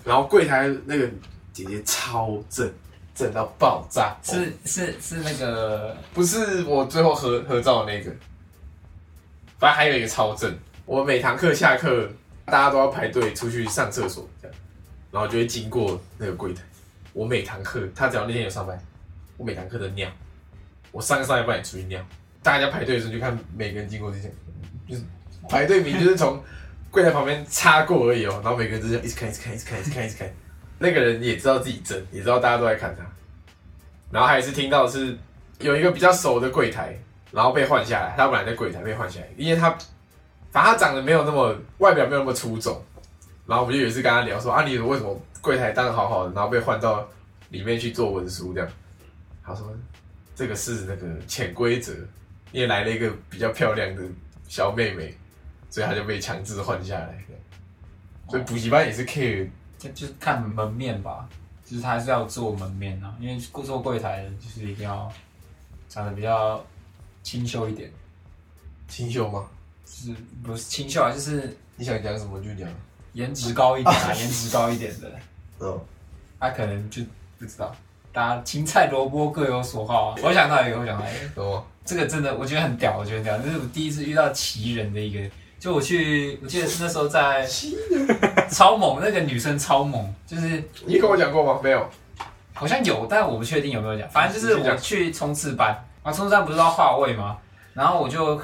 S1: 然后柜台那个姐姐超正，正到爆炸，
S3: 是是是那个
S1: 不是我最后合合照的那个，
S4: 反正还有一个超正，
S1: 我每堂课下课，大家都要排队出去上厕所，这样，然后就会经过那个柜台。我每堂课，他只要那天有上班，我每堂课都尿，我上个上一半也出去尿。大家排队的时候就看每个人经过就这样，就是排队名就是从柜台旁边擦过而已哦，然后每个人都这样一直看，一直看，一直看，一直看，一直看。那个人也知道自己正，也知道大家都在看他，然后还是听到是有一个比较熟的柜台，然后被换下来，他本来在柜台被换下来，因为他反正他长得没有那么外表没有那么出众，然后我们就有一次跟他聊说啊，你为什么柜台当得好好的，然后被换到里面去做文书这样？他说这个是那个潜规则，因为来了一个比较漂亮的小妹妹，所以他就被强制换下来这样。所以补习班也是 care
S3: 就就是看门面吧，就是他还是要做门面啊，因为做柜台的就是一定要长得比较清秀一点，
S1: 清秀吗？
S3: 就是不是清秀啊，就是
S1: 你想讲什么就讲。
S3: 颜值高一点 啊，颜值高一点的，
S1: 嗯，
S3: 他、可能就不知道。大家青菜萝卜各有所好啊！我想到一个，我想到一个，
S1: 懂吗？
S3: 这个真的我觉得很屌，我觉得很屌，这是我第一次遇到奇人的一个。就我去，我记得是那时候在超猛，那个女生超猛，就是
S1: 你跟我讲过吗？没有。
S3: 好像有，但我不确定有没有讲。反正就是
S1: 你去
S3: 我
S1: 讲
S3: 去冲刺班，啊，冲刺班不是要画位吗？然后我就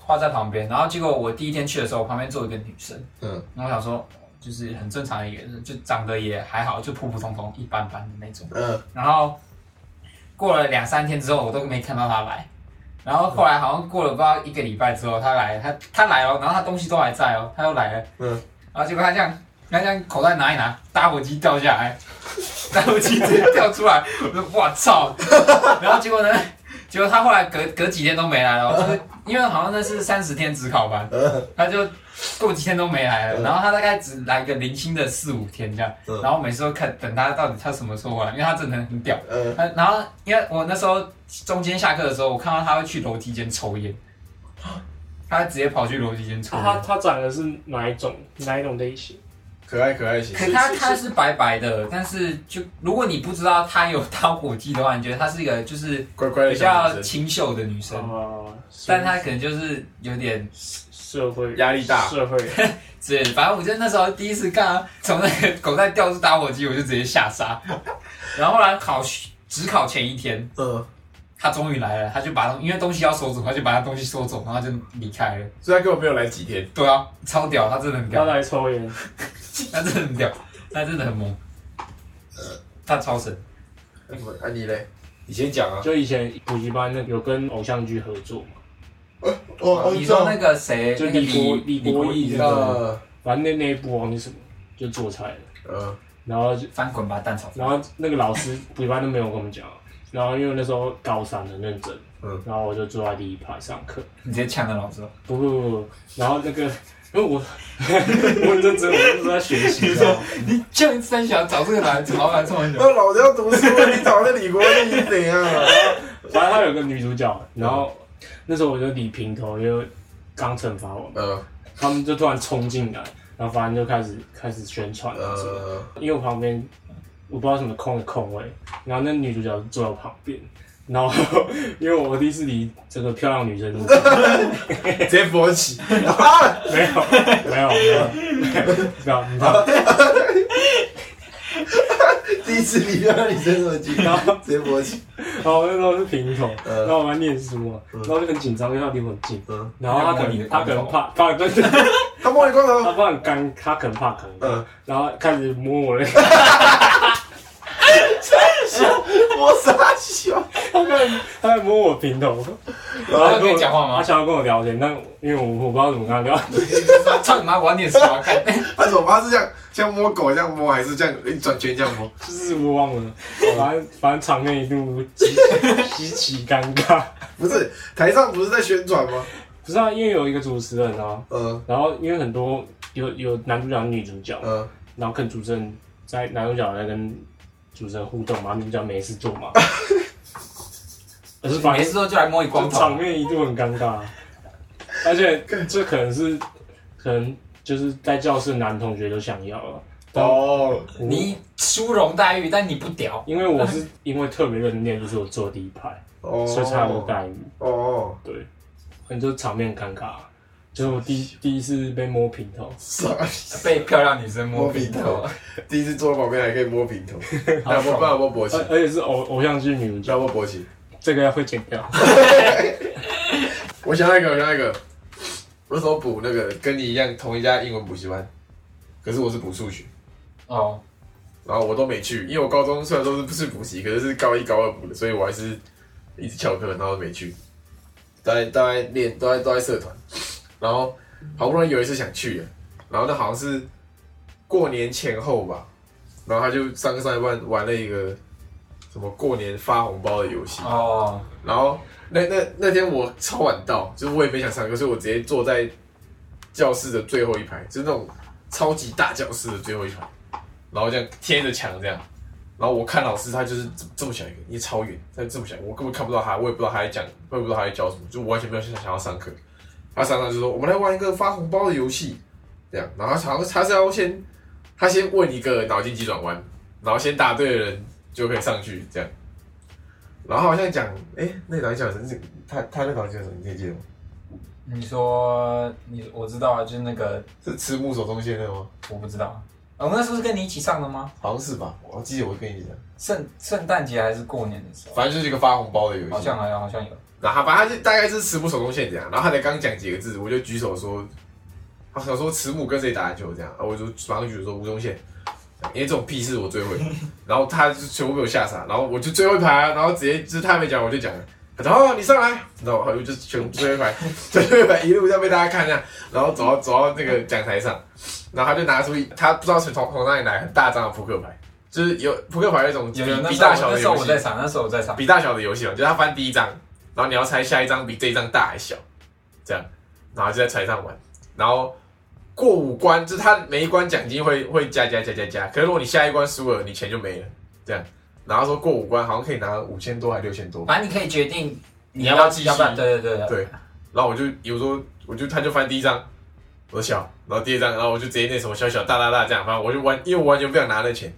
S3: 画在旁边，然后结果我第一天去的时候，我旁边坐一个女生，
S1: 嗯，
S3: 然后我想说，就是很正常的一个人，就长得也还好，就普普通通、一般般的那种。
S1: 嗯，
S3: 然后过了两三天之后，我都没看到他来。然后后来好像过了不知道一个礼拜之后，他来，他他来哦，然后他东西都还在哦，他又来了。
S1: 嗯。
S3: 然后结果他这样，他这样口袋拿一拿，打火机掉下来，打火机直接掉出来，我说我操！然后结果呢？结果他后来隔隔几天都没来了哦，就是因为好像那是三十天只考班，他就过几天都没来了，
S1: 嗯
S3: 然后他大概只来个零星的四五天这样，
S1: 嗯
S3: 然后每次都看等他到底他什么时候回来，因为他真的很屌。
S1: 嗯，
S3: 他然后因为我那时候中间下课的时候，我看到他会去楼梯间抽烟，他直接跑去楼梯间抽
S2: 他
S3: 烟。
S2: 他长的是哪一种哪一种类型？
S1: 可爱可爱型。
S3: 可他他是白白的，但是就如果你不知道他有打火机的话，你觉得他是一个就是
S1: 乖乖的
S3: 比
S1: 小
S3: 较
S1: 女生，
S3: 清秀的女生，
S2: 哦，
S3: 但他可能就是有点
S2: 社会
S1: 压力大
S2: 社会
S3: 之类的。反正我就那时候第一次看他从那个口袋掉出打火机，我就直接吓傻。 然后后来考只考前一天，
S1: 嗯，
S3: 他终于来了，他就把东因为东西要收走，他就把他东西收走，然后就离开了。
S1: 虽然根本没有来几天，
S3: 对啊，超屌，他真的很
S2: 要
S3: 屌，
S2: 来抽烟，
S3: 他真的很屌，他真的很猛，他超神。
S1: 啊你嘞？你先讲啊。
S2: 就以前补习班那有跟偶像剧合作嘛，
S1: 哦
S3: 你说那个谁，
S2: 就
S3: 那个
S2: 李国
S3: 李
S2: 李国毅
S3: 毅
S2: 这
S3: 那
S2: 个
S3: 个
S1: 呃
S2: 反正那那一部忘记什么就做菜了，
S1: 呃，
S2: 然后就
S3: 翻滚吧蛋炒
S2: 然
S3: 饭，
S2: 后那个老师补习班都没有跟我们讲，然后因为那时候高三很认真，
S1: 嗯，
S2: 然后我就坐在第一排上课，
S3: 你直接呛了老师。
S2: 不不不不，然后那个因为我 我很认真，我就是在学习，你知道吗
S3: 你呛三小找这个来，老板冲一下。
S1: 那老子要读书，你找那李国毅是怎样啊？
S2: 反正他有个女主角，然后那时候我就理平头，因为刚惩罚完嘛，
S1: 呃
S2: 他们就突然冲进来，然后反正就开始开始宣传啊什么的，
S1: 呃，
S2: 因为我旁边我不知道什么空的空位，然后那女主角就坐在我旁边。然后， 因为我第一次离这个漂亮女生近
S1: 直接勃起，
S2: 没有，没有，没有，没有，你知道，
S1: 第一次你让你生什么 气，
S2: 然后，
S1: 直接勃起。
S2: 然后那时候是平头，
S1: 嗯
S2: 然后我在念书嘛，然后就很紧张，因为他离我很近，
S1: 嗯，
S2: 然后他可能他可能怕怕，对对
S1: 他摸你光头，
S2: 他怕很尴，他可能怕尴尬，
S1: 嗯，
S2: 然后开始摸我的，
S1: 我傻笑。
S2: 他开始他开始摸我平头，然
S3: 他
S2: 后
S3: 有跟你讲话
S2: 他
S3: 吗？
S2: 想要跟我聊天，但因为我我不知道怎么跟他聊，
S3: 操你妈！我要念书啊！看，
S1: 他手巴是这样，像摸狗这样摸，还是这样一转圈这样摸？
S2: 就是我忘了，反正反正场面一度极极其尴尬，
S1: 不是，台上不是在宣传吗？
S2: 不是啊，因为有一个主持人啊，
S1: 嗯
S2: 然后因为很多有有男主角、女主角，
S1: 嗯，
S2: 然后跟主持人在男主角在跟主持人互动嘛，女主角没事 做嘛，可是反
S3: 没
S2: 正
S3: 事之后就来摸你光
S2: 就场
S3: 头。
S2: 面一度很尴尬，而且这可能是可能就是在教室的男同学都想要啊了，但我
S1: 哦，
S3: 你殊荣待遇，但你不屌。
S2: 因为我是因为特别认真念，就是我坐第一排，
S1: 哦
S2: 所以才有待遇，
S1: 哦，
S2: 对，很就场面很尴尬。就是我第第一次被摸平头，
S1: 傻，
S3: 被漂亮女生摸
S1: 摸
S3: 鼻
S1: 鼻
S3: 头
S1: 头， 第一次坐旁边还可以摸平头，那
S3: 好
S1: 有没有办
S3: 爽。
S1: 法
S3: 呃
S1: 摸勃起
S2: 而？而且是偶偶像剧女主角，
S1: 那有没有勃起？
S2: 这个要会剪掉。
S1: 我想到一个，我想到一个，我那时候补那个跟你一样同一家英文补习班，可是我是补数学，
S3: 哦，
S1: 然后我都没去，因为我高中虽然说是不是补习，可是是高一高二补的，所以我还是一直翘课，然后没去，大概大概练都在都在社团，然后好不容易有一次想去了，然后那好像是过年前后吧，然后他就上课上一半玩了一个什么过年发红包的游戏，
S3: 哦，
S1: 然后那那那天我超晚到，就是我也没想上课，所以我直接坐在教室的最后一排，就是那种超级大教室的最后一排，然后这样贴着墙这样。然后我看老师，他就是这这么小一个，也超远，他这么小，我根本看不到他，我也不知道他在讲，我也不知道他在教什么，就我完全没有想想要上课。他常常就说：“我们来玩一个发红包的游戏。”这样，然后他好像他是要先他先问一个脑筋急转弯，然后先答对的人就可以上去这样。然后好像讲，哎，那脑筋急转弯是他他那脑筋急转弯你可以记得吗？
S3: 你说你我知道啊，就是那个
S1: 是吃木手中线那个吗？
S3: 我不知道，我们那时候是跟你一起上的吗？
S1: 好像是吧，我记得我跟你讲，
S3: 圣圣诞节还是过年的时候？
S1: 反正就是一个发红包的游戏。
S3: 好像还有，好像有。
S1: 然后他反正他就大概是慈母手中线这样，然后他才刚讲几个字，我就举手说，他想说慈母跟谁打篮球这样，然啊后我就马上举手说吴宗宪，因为这种屁事我最会，然后他就全部被我吓傻，然后我就最后一排啊，然后直接就是他还没讲我就讲了。然后你上来，然后我就全部最后一排， 最后一排一路这样被大家看这样，然后走到走到那个讲台上，然后他就拿出一他不知道从从从哪里来很大张的扑克牌，就是有扑克牌那种比
S3: 有有，那
S1: 比
S3: 时候
S1: 大
S3: 我
S1: 小
S3: 那
S1: 的
S3: 时候
S1: 游
S3: 我
S1: 戏，
S3: 在场，那时候我在场。
S1: 比大小的游戏嘛，就是他翻第一张，然后你要猜下一张比这一张大还小，这样，然后就在船上玩，然后过五关，就是他每一关奖金会会加加加加加，可是如果你下一关输了，你钱就没了，这样，然后说过五关好像可以拿五千多还六千多，
S3: 反正你可以决定
S1: 你要不要继续
S3: 要不要对对对
S1: 对，然后我就有时候我就他就翻第一张，我说小，然后第二张，然后我就直接那什么小小大大大这样，反正我就完，因为我完全不想拿那钱，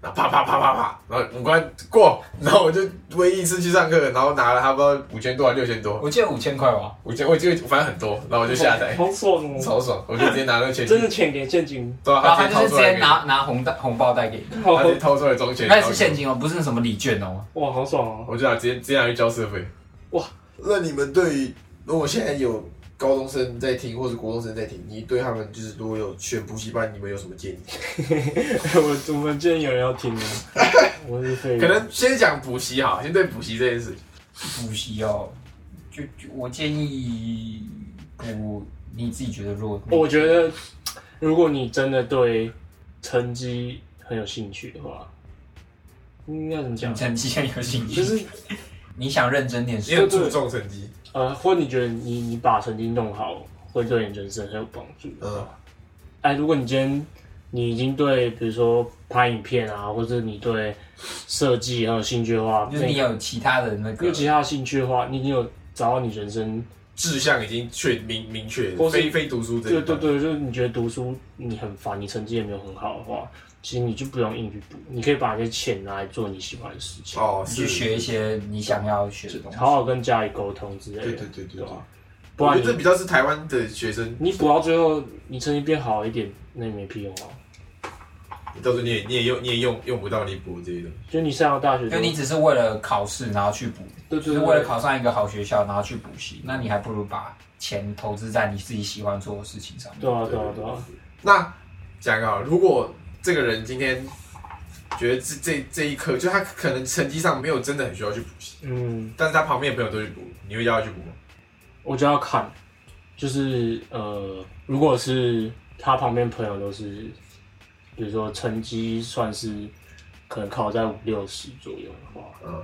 S1: 然后啪啪啪啪啪，然后五关过，然后我就唯一一次去上课，然后拿了他不知道五千多还六千多，
S3: 我记得五千块吧。
S1: 我就我就反正很多，然后我就下载，
S2: 好爽哦！
S1: 超爽，我就直接拿那钱，
S2: 真的钱给现金，
S1: 对啊，
S3: 然后
S1: 他
S3: 他
S1: 直接掏
S3: 就是
S1: 出
S3: 直
S1: 来
S3: 接
S1: 给你，
S3: 拿拿红袋红包袋给你，
S2: 好
S1: 他直接掏出来装钱，
S3: 那
S1: 然
S3: 是
S1: 后
S3: 现金哦，不是什么礼券哦。
S2: 哇，好爽哦！
S1: 我就拿直接直接拿去交社费。
S2: 哇，
S1: 那你们对于如果现在有高中生在听，或者国中生在听，你对他们就是如果有选补习班，你们有什么建议？
S2: 我我们建议有人要听吗？啊我是废 物
S1: 可能先讲补习好，先对补习这件事情。
S3: 补习哦，就就我建议补你自己觉得弱。
S2: 我觉得，如果你真的对成绩很有兴趣的话，应该怎么讲啊
S3: 你？成绩很有兴趣，
S2: 就是
S3: 你想认真点
S1: 你
S3: 是
S1: 很注重成绩，
S2: 呃，或你觉得你你把成绩弄好，会对你人生很有帮助的话，哎、如果你今天你已经对比如说拍影片啊，或者你对设计很有兴趣的话，
S3: 就是你
S2: 你
S3: 有其他的那
S2: 有
S3: 个，
S2: 其他兴趣的话，你已经有找到你人生
S1: 志向已经确明明确，
S2: 或是
S1: 非非读书这一
S2: 对
S1: 块
S2: 对对，就是你觉得读书你很烦，你成绩也没有很好的话，其实你就不用硬去补，你可以把这些钱拿来做你喜欢的事情，
S1: 哦，
S3: 你
S1: 是
S3: 去学一些你想要学的东西。
S2: 好好跟家里沟通之类的，
S1: 对对对对对
S2: 吧。
S3: 啊
S2: 不
S1: 我
S2: 然
S1: 觉得这
S2: 你
S1: 比较是台湾的学生，
S2: 你补到最后，你成绩变好一点，那也没屁用啊。
S1: 到时候你也你也用你也用用不到你补这些东西。
S2: 就你上了大学之
S3: 就
S2: 后，
S3: 你只是为了考试然后去补，
S2: 对
S3: 就
S2: 对
S3: 是
S2: 对，
S3: 为了考上一个好学校然后去补习，那你还不如把钱投资在你自己喜欢做的事情上面。
S2: 对啊对啊对啊，
S1: 那讲一个好了，如果这个人今天觉得这这这一科，就他可能成绩上没有真的很需要去补习，
S2: 嗯，
S1: 但是他旁边的朋友都去补，你会叫他去补吗？
S2: 我就要看，就是呃，如果是他旁边朋友都是，比如说成绩算是可能考在五六十左右的话，
S1: 嗯，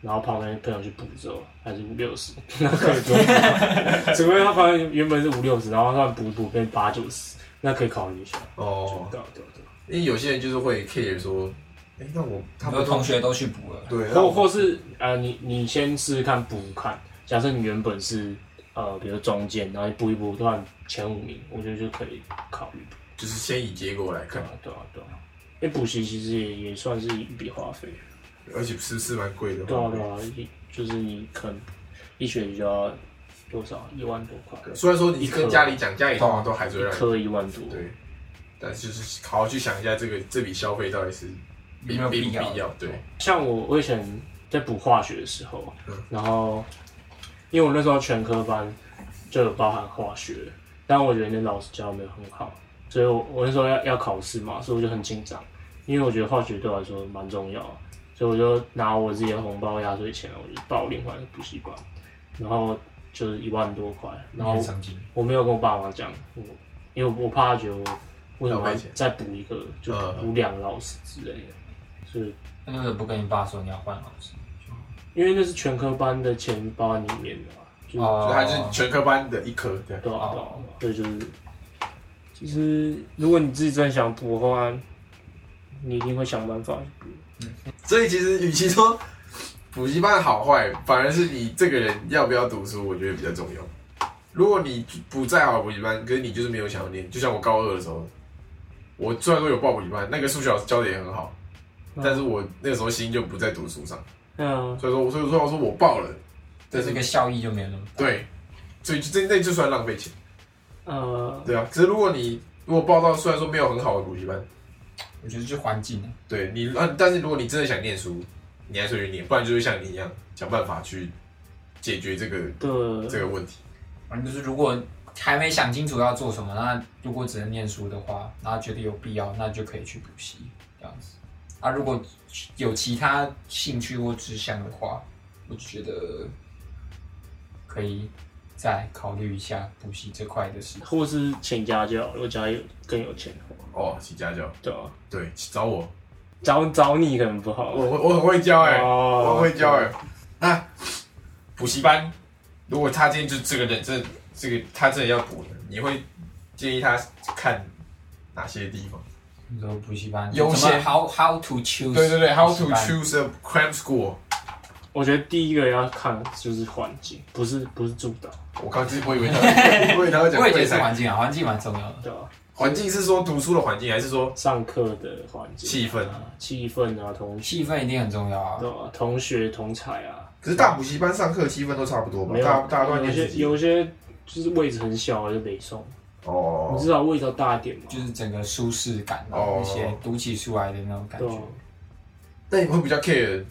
S2: 然后旁边朋友去补之后还是五六十， 那可以不用补，除非他旁边原本是五六十，然后他补一补变八九十，那可以考虑一下。
S1: 哦，
S2: 对啊对啊对啊
S1: 因为有些人就是会 care 说，哎、那我他
S3: 很
S1: 们
S3: 多同学都去补了，
S1: 对，
S2: 或
S1: 那
S2: 或是呃，你你先试试看补看。假设你原本是呃，比如中间，然后补一补，突然前五名，我觉得就可以考虑补。
S1: 就是先以结果来
S2: 对
S1: 看
S2: 啊，，对啊，对啊。因为补习其实也也算是一笔花费。啊
S1: 而且是是蛮贵的。
S2: 对啊，对啊，一就是你可能一学期就要多少一万多块，
S1: 虽然说你跟家里讲，家里通常都还是会
S2: 一
S1: 让你
S2: 颗一万多，
S1: 对，但是就是好好去想一下这个这笔消费到底是
S3: 有没有
S1: 必
S3: 必要
S1: 必要？对，
S2: 像我我以前在补化学的时候，啊
S1: 嗯
S2: 然后因为我那时候全科班就有包含化学，但我觉得那老师教得没有很好，所以我我那时候要要考试嘛，所以我就很紧张，因为我觉得化学对我来说蛮重要，所以我就拿我自己的红包压岁钱，我就报另外一个补习班，然后就是一万多块，然后
S3: 成绩
S2: 我没有跟我爸妈讲，我因为我怕他觉得我为什么
S1: 浪
S2: 要
S1: 费钱嗯
S2: 再补一个，就补两个老师之类的，所以。
S3: 那为什么不跟你爸说你要换老师？
S2: 因为那是全科班的前八里面的、啊，就是、
S1: 所
S3: 哦
S1: 以它就是全科班的一科，对，
S2: 对啊对啊
S3: 哦，
S2: 所以就是，其实如果你自己真的想补的话，你一定会想办法去补。
S1: 所以其实与其说补习班好坏，反而是你这个人要不要读书，我觉得比较重要。如果你不再好的补习班，可是你就是没有想要念，就像我高二的时候，我虽然说有报补习班，那个数学老师教的也很好，但是我那个时候心就不在读书上，
S2: 嗯，
S1: 所以说，所以说我说我报了，
S3: 这
S1: 但
S3: 是
S1: 是
S3: 个效益就没有那么大。
S1: 对，所以就这那就算浪费钱，
S2: 呃，
S1: 对啊。可是如果你如果报到虽然说没有很好的补习班，
S3: 我觉得就环境啊，
S1: 对你啊，但是如果你真的想念书，你还是会去念，不然就是像你一样想办法去解决这个这
S2: 对，
S1: 个问题。
S3: 反正嗯就是如果还没想清楚要做什么，那如果只能念书的话，然后觉得有必要，那就可以去补习这样子。啊，如果有其他兴趣或志向的话，我就觉得可以再考虑一下补习这块的事。
S2: 或是请家教，如果家里有更有钱的话，
S1: 哦，请家教，
S2: 对啊，
S1: 对，请找我，
S2: 找找你可能不好，啊
S1: 我我我很会教哎、我
S2: 哦
S1: 很会教哎、那补习班，如果他今天就这个人，这这个他真的要补的，你会建议他看哪些地方？
S3: 你说补习班
S1: 优先
S3: 怎么 how how to choose？
S1: 对对对，How
S3: 补
S1: to
S3: 习班
S1: choose a cram school？
S2: 我觉得第一个要看就是环境，不是不是住的，
S1: 我刚其实我以为 他会，我以为他会讲
S3: 我也觉
S1: 废
S3: 得是
S1: 材。
S3: 环境啊，环境蛮重要的。
S2: 对啊，
S1: 环境是说读书的环境，还是说
S2: 上课的环境、
S1: 气氛
S2: 啊、气氛啊、同学
S3: 气氛一定很重要啊
S2: 对。啊同学同才啊，
S1: 可是大补习班上课气氛都差不多吧
S2: 没？有
S1: 大大家都在
S2: 有
S1: 念
S2: 些
S1: 自己。
S2: 有些就是位置很小啊的就北送，你
S1: 哦
S2: 至少位置要大一点嘛。
S3: 就是整个舒适感、啊，
S1: 哦
S3: 那些读起书来的那种感
S2: 对
S3: 觉
S2: 啊。，
S1: 那你会比较 care，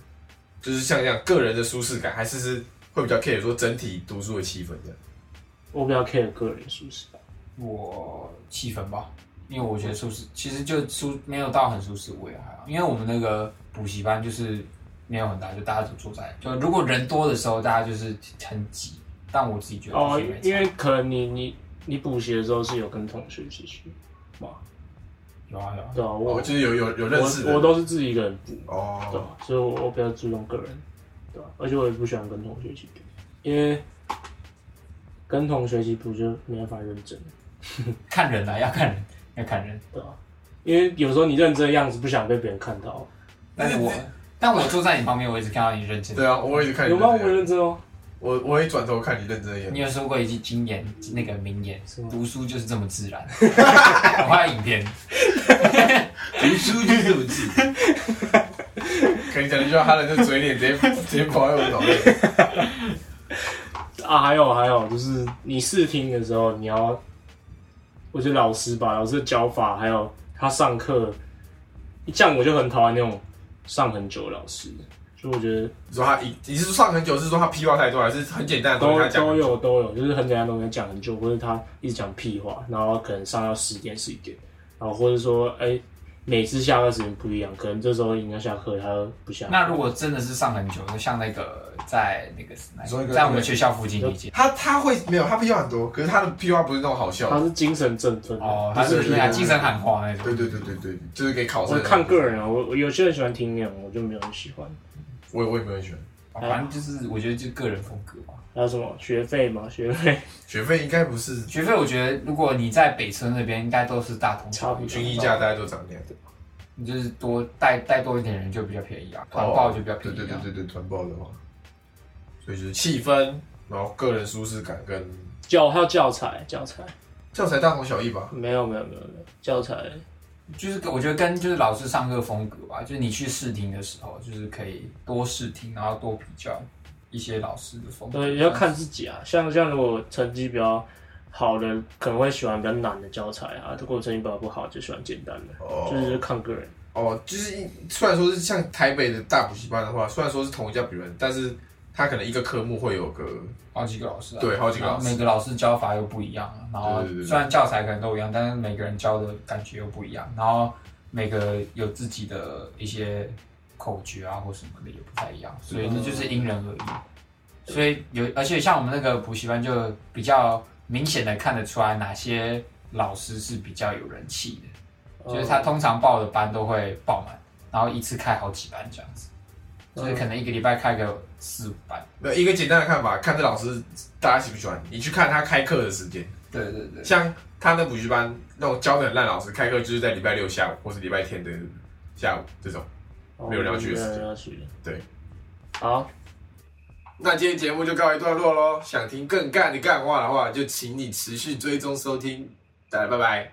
S1: 就是像这样个人的舒适感，还是是会比较 care 说整体读书的气氛这样？
S2: 我比较 care 个人啊舒适感。
S3: 我气氛吧，因为我
S2: 嗯
S3: 觉得舒适，其实就舒没有到很舒适，我也还好。因为我们那个补习班就是没有很大，就大家都坐在，就如果人多的时候，大家就是很挤。但我自己觉得
S2: 哦
S3: 就是没，差
S2: 因为可能你你你补习的时候是有跟同学一起去嘛？
S3: 有啊有啊，
S2: 对啊，我
S1: 哦，
S2: 我
S1: 就是有有有认识的
S2: 我都是自己一个人补，对
S1: 哦，
S2: 啊，所以我我比较注重个人，对啊，而且我也不喜欢跟同学一起补，因为跟同学一起补就没办法认真，
S3: 看人啊，要看人，要 看人。
S2: 对啊，因为有时候你认真的样子不想被别人看到，
S3: 但是我，但我坐在你旁边，我一直看到你认真。
S1: 对啊，我会一直看你
S2: 有吗？我
S1: 认真
S2: 认真哦，
S1: 我我会转头看你认真的眼
S3: 你
S1: 睛。
S3: 有说过一句经典那个名言
S2: 什么：“
S3: 读书就是这么自 然。”我拍影片，
S1: 读书就是这么记，可以讲一句话，他的这嘴脸直接直接跑在我脑 袋。
S2: 啊，还有还有，就是你试听的时候，你要，我觉得老师吧，老师的教法，还有他上课，这样我就很讨厌那种上很久的老师，所以我觉得
S1: 你说他一，你是说上很久，是说他屁话太多，还是很简单的东西
S2: 都
S1: 他讲
S2: 都
S1: 很久？
S2: 有都有，就是很简单的东西讲很久，或者他一直讲屁话，然后可能上到十点十一点，然后或者说哎、每次下课时间不一样，可能这时候人家下课，他又不下课。
S3: 那如果真的是上很久，就像那个在那个哪里
S1: 说一个
S3: 在我们学校附近那间
S1: 他他会没有，他屁话很多，可是他的屁话不是那种好笑的
S2: 他。是精神振奋的
S3: 哦，
S2: 不
S3: 他
S2: 是
S3: 是
S1: 对对
S3: 啊
S1: 对
S3: 精神喊话那
S1: 对
S3: 种。
S1: 对对对对，就是给考
S2: 我
S1: 生。
S2: 看个，人啊，我我有些人喜欢听那种，我就没有很喜欢。
S1: 我也我也没有很喜欢。
S3: 哦反正就是我觉得就个人风格吧。
S2: 还有什么学费嘛？学费
S1: 学费应该不是
S3: 学费我觉得如果你在北村那边，应该都是大同
S2: 差
S3: 小
S2: 不
S3: 异，
S2: 多
S1: 均一价，大家都长那样。
S3: 你就是多带带多一点人就比较便宜啊，团报就比较
S1: 对
S3: 便
S1: 哦
S3: 宜
S1: 对对
S3: 啊。
S1: 对对，团报的话，所以就是气氛，然后个人舒适感跟
S2: 教还有教材，教材
S1: 教材大同小异吧。
S2: 没有没有没有没有教材，
S3: 就是跟我觉得跟就是老师上课风格吧，就是你去试听的时候，就是可以多试听，然后多比较，一些老师的风格。
S2: 对，也要看自己啊。像像如果成绩比较好的，可能会喜欢比较难的教材啊；如果成绩比较不好，就喜欢简单的，
S1: 哦
S2: 就是看个人。
S1: 哦，就是一虽然说是像台北的大补习班的话，虽然说是同一家补习班，但是它可能一个科目会有个
S3: 好几个老师啊，
S1: 对好几个老师
S3: 然后每个老师教法又不一样啊，然后
S1: 对对对对
S3: 虽然教材可能都一样，但是每个人教的感觉又不一样，然后每个有自己的一些口诀啊或什么的也不太一样，所以那就是因人而异。所以有，而且像我们那个补习班就比较明显的看得出来哪些老师是比较有人气
S1: 哦
S3: 的，就是他
S2: 哦
S3: 通常报的班都会报满，然后一次开好几班这样子，就是可能一个礼拜开个四五班。
S1: 没有一个简单的看法，看这老师大家喜不喜欢。你去看他开课的时间，
S3: 对对对。
S1: 像他那补习班那种教的很烂老师，开课就是在礼拜六下午或是礼拜天的下午这种。
S2: 哦
S1: 没有人要去的
S2: 没
S1: 时
S2: 有人
S1: 间
S2: 要去的
S1: 对。
S2: 好，
S1: 那今天节目就告一段落喽。想听更干的干话的话，就请你持续追踪收听。大家拜拜。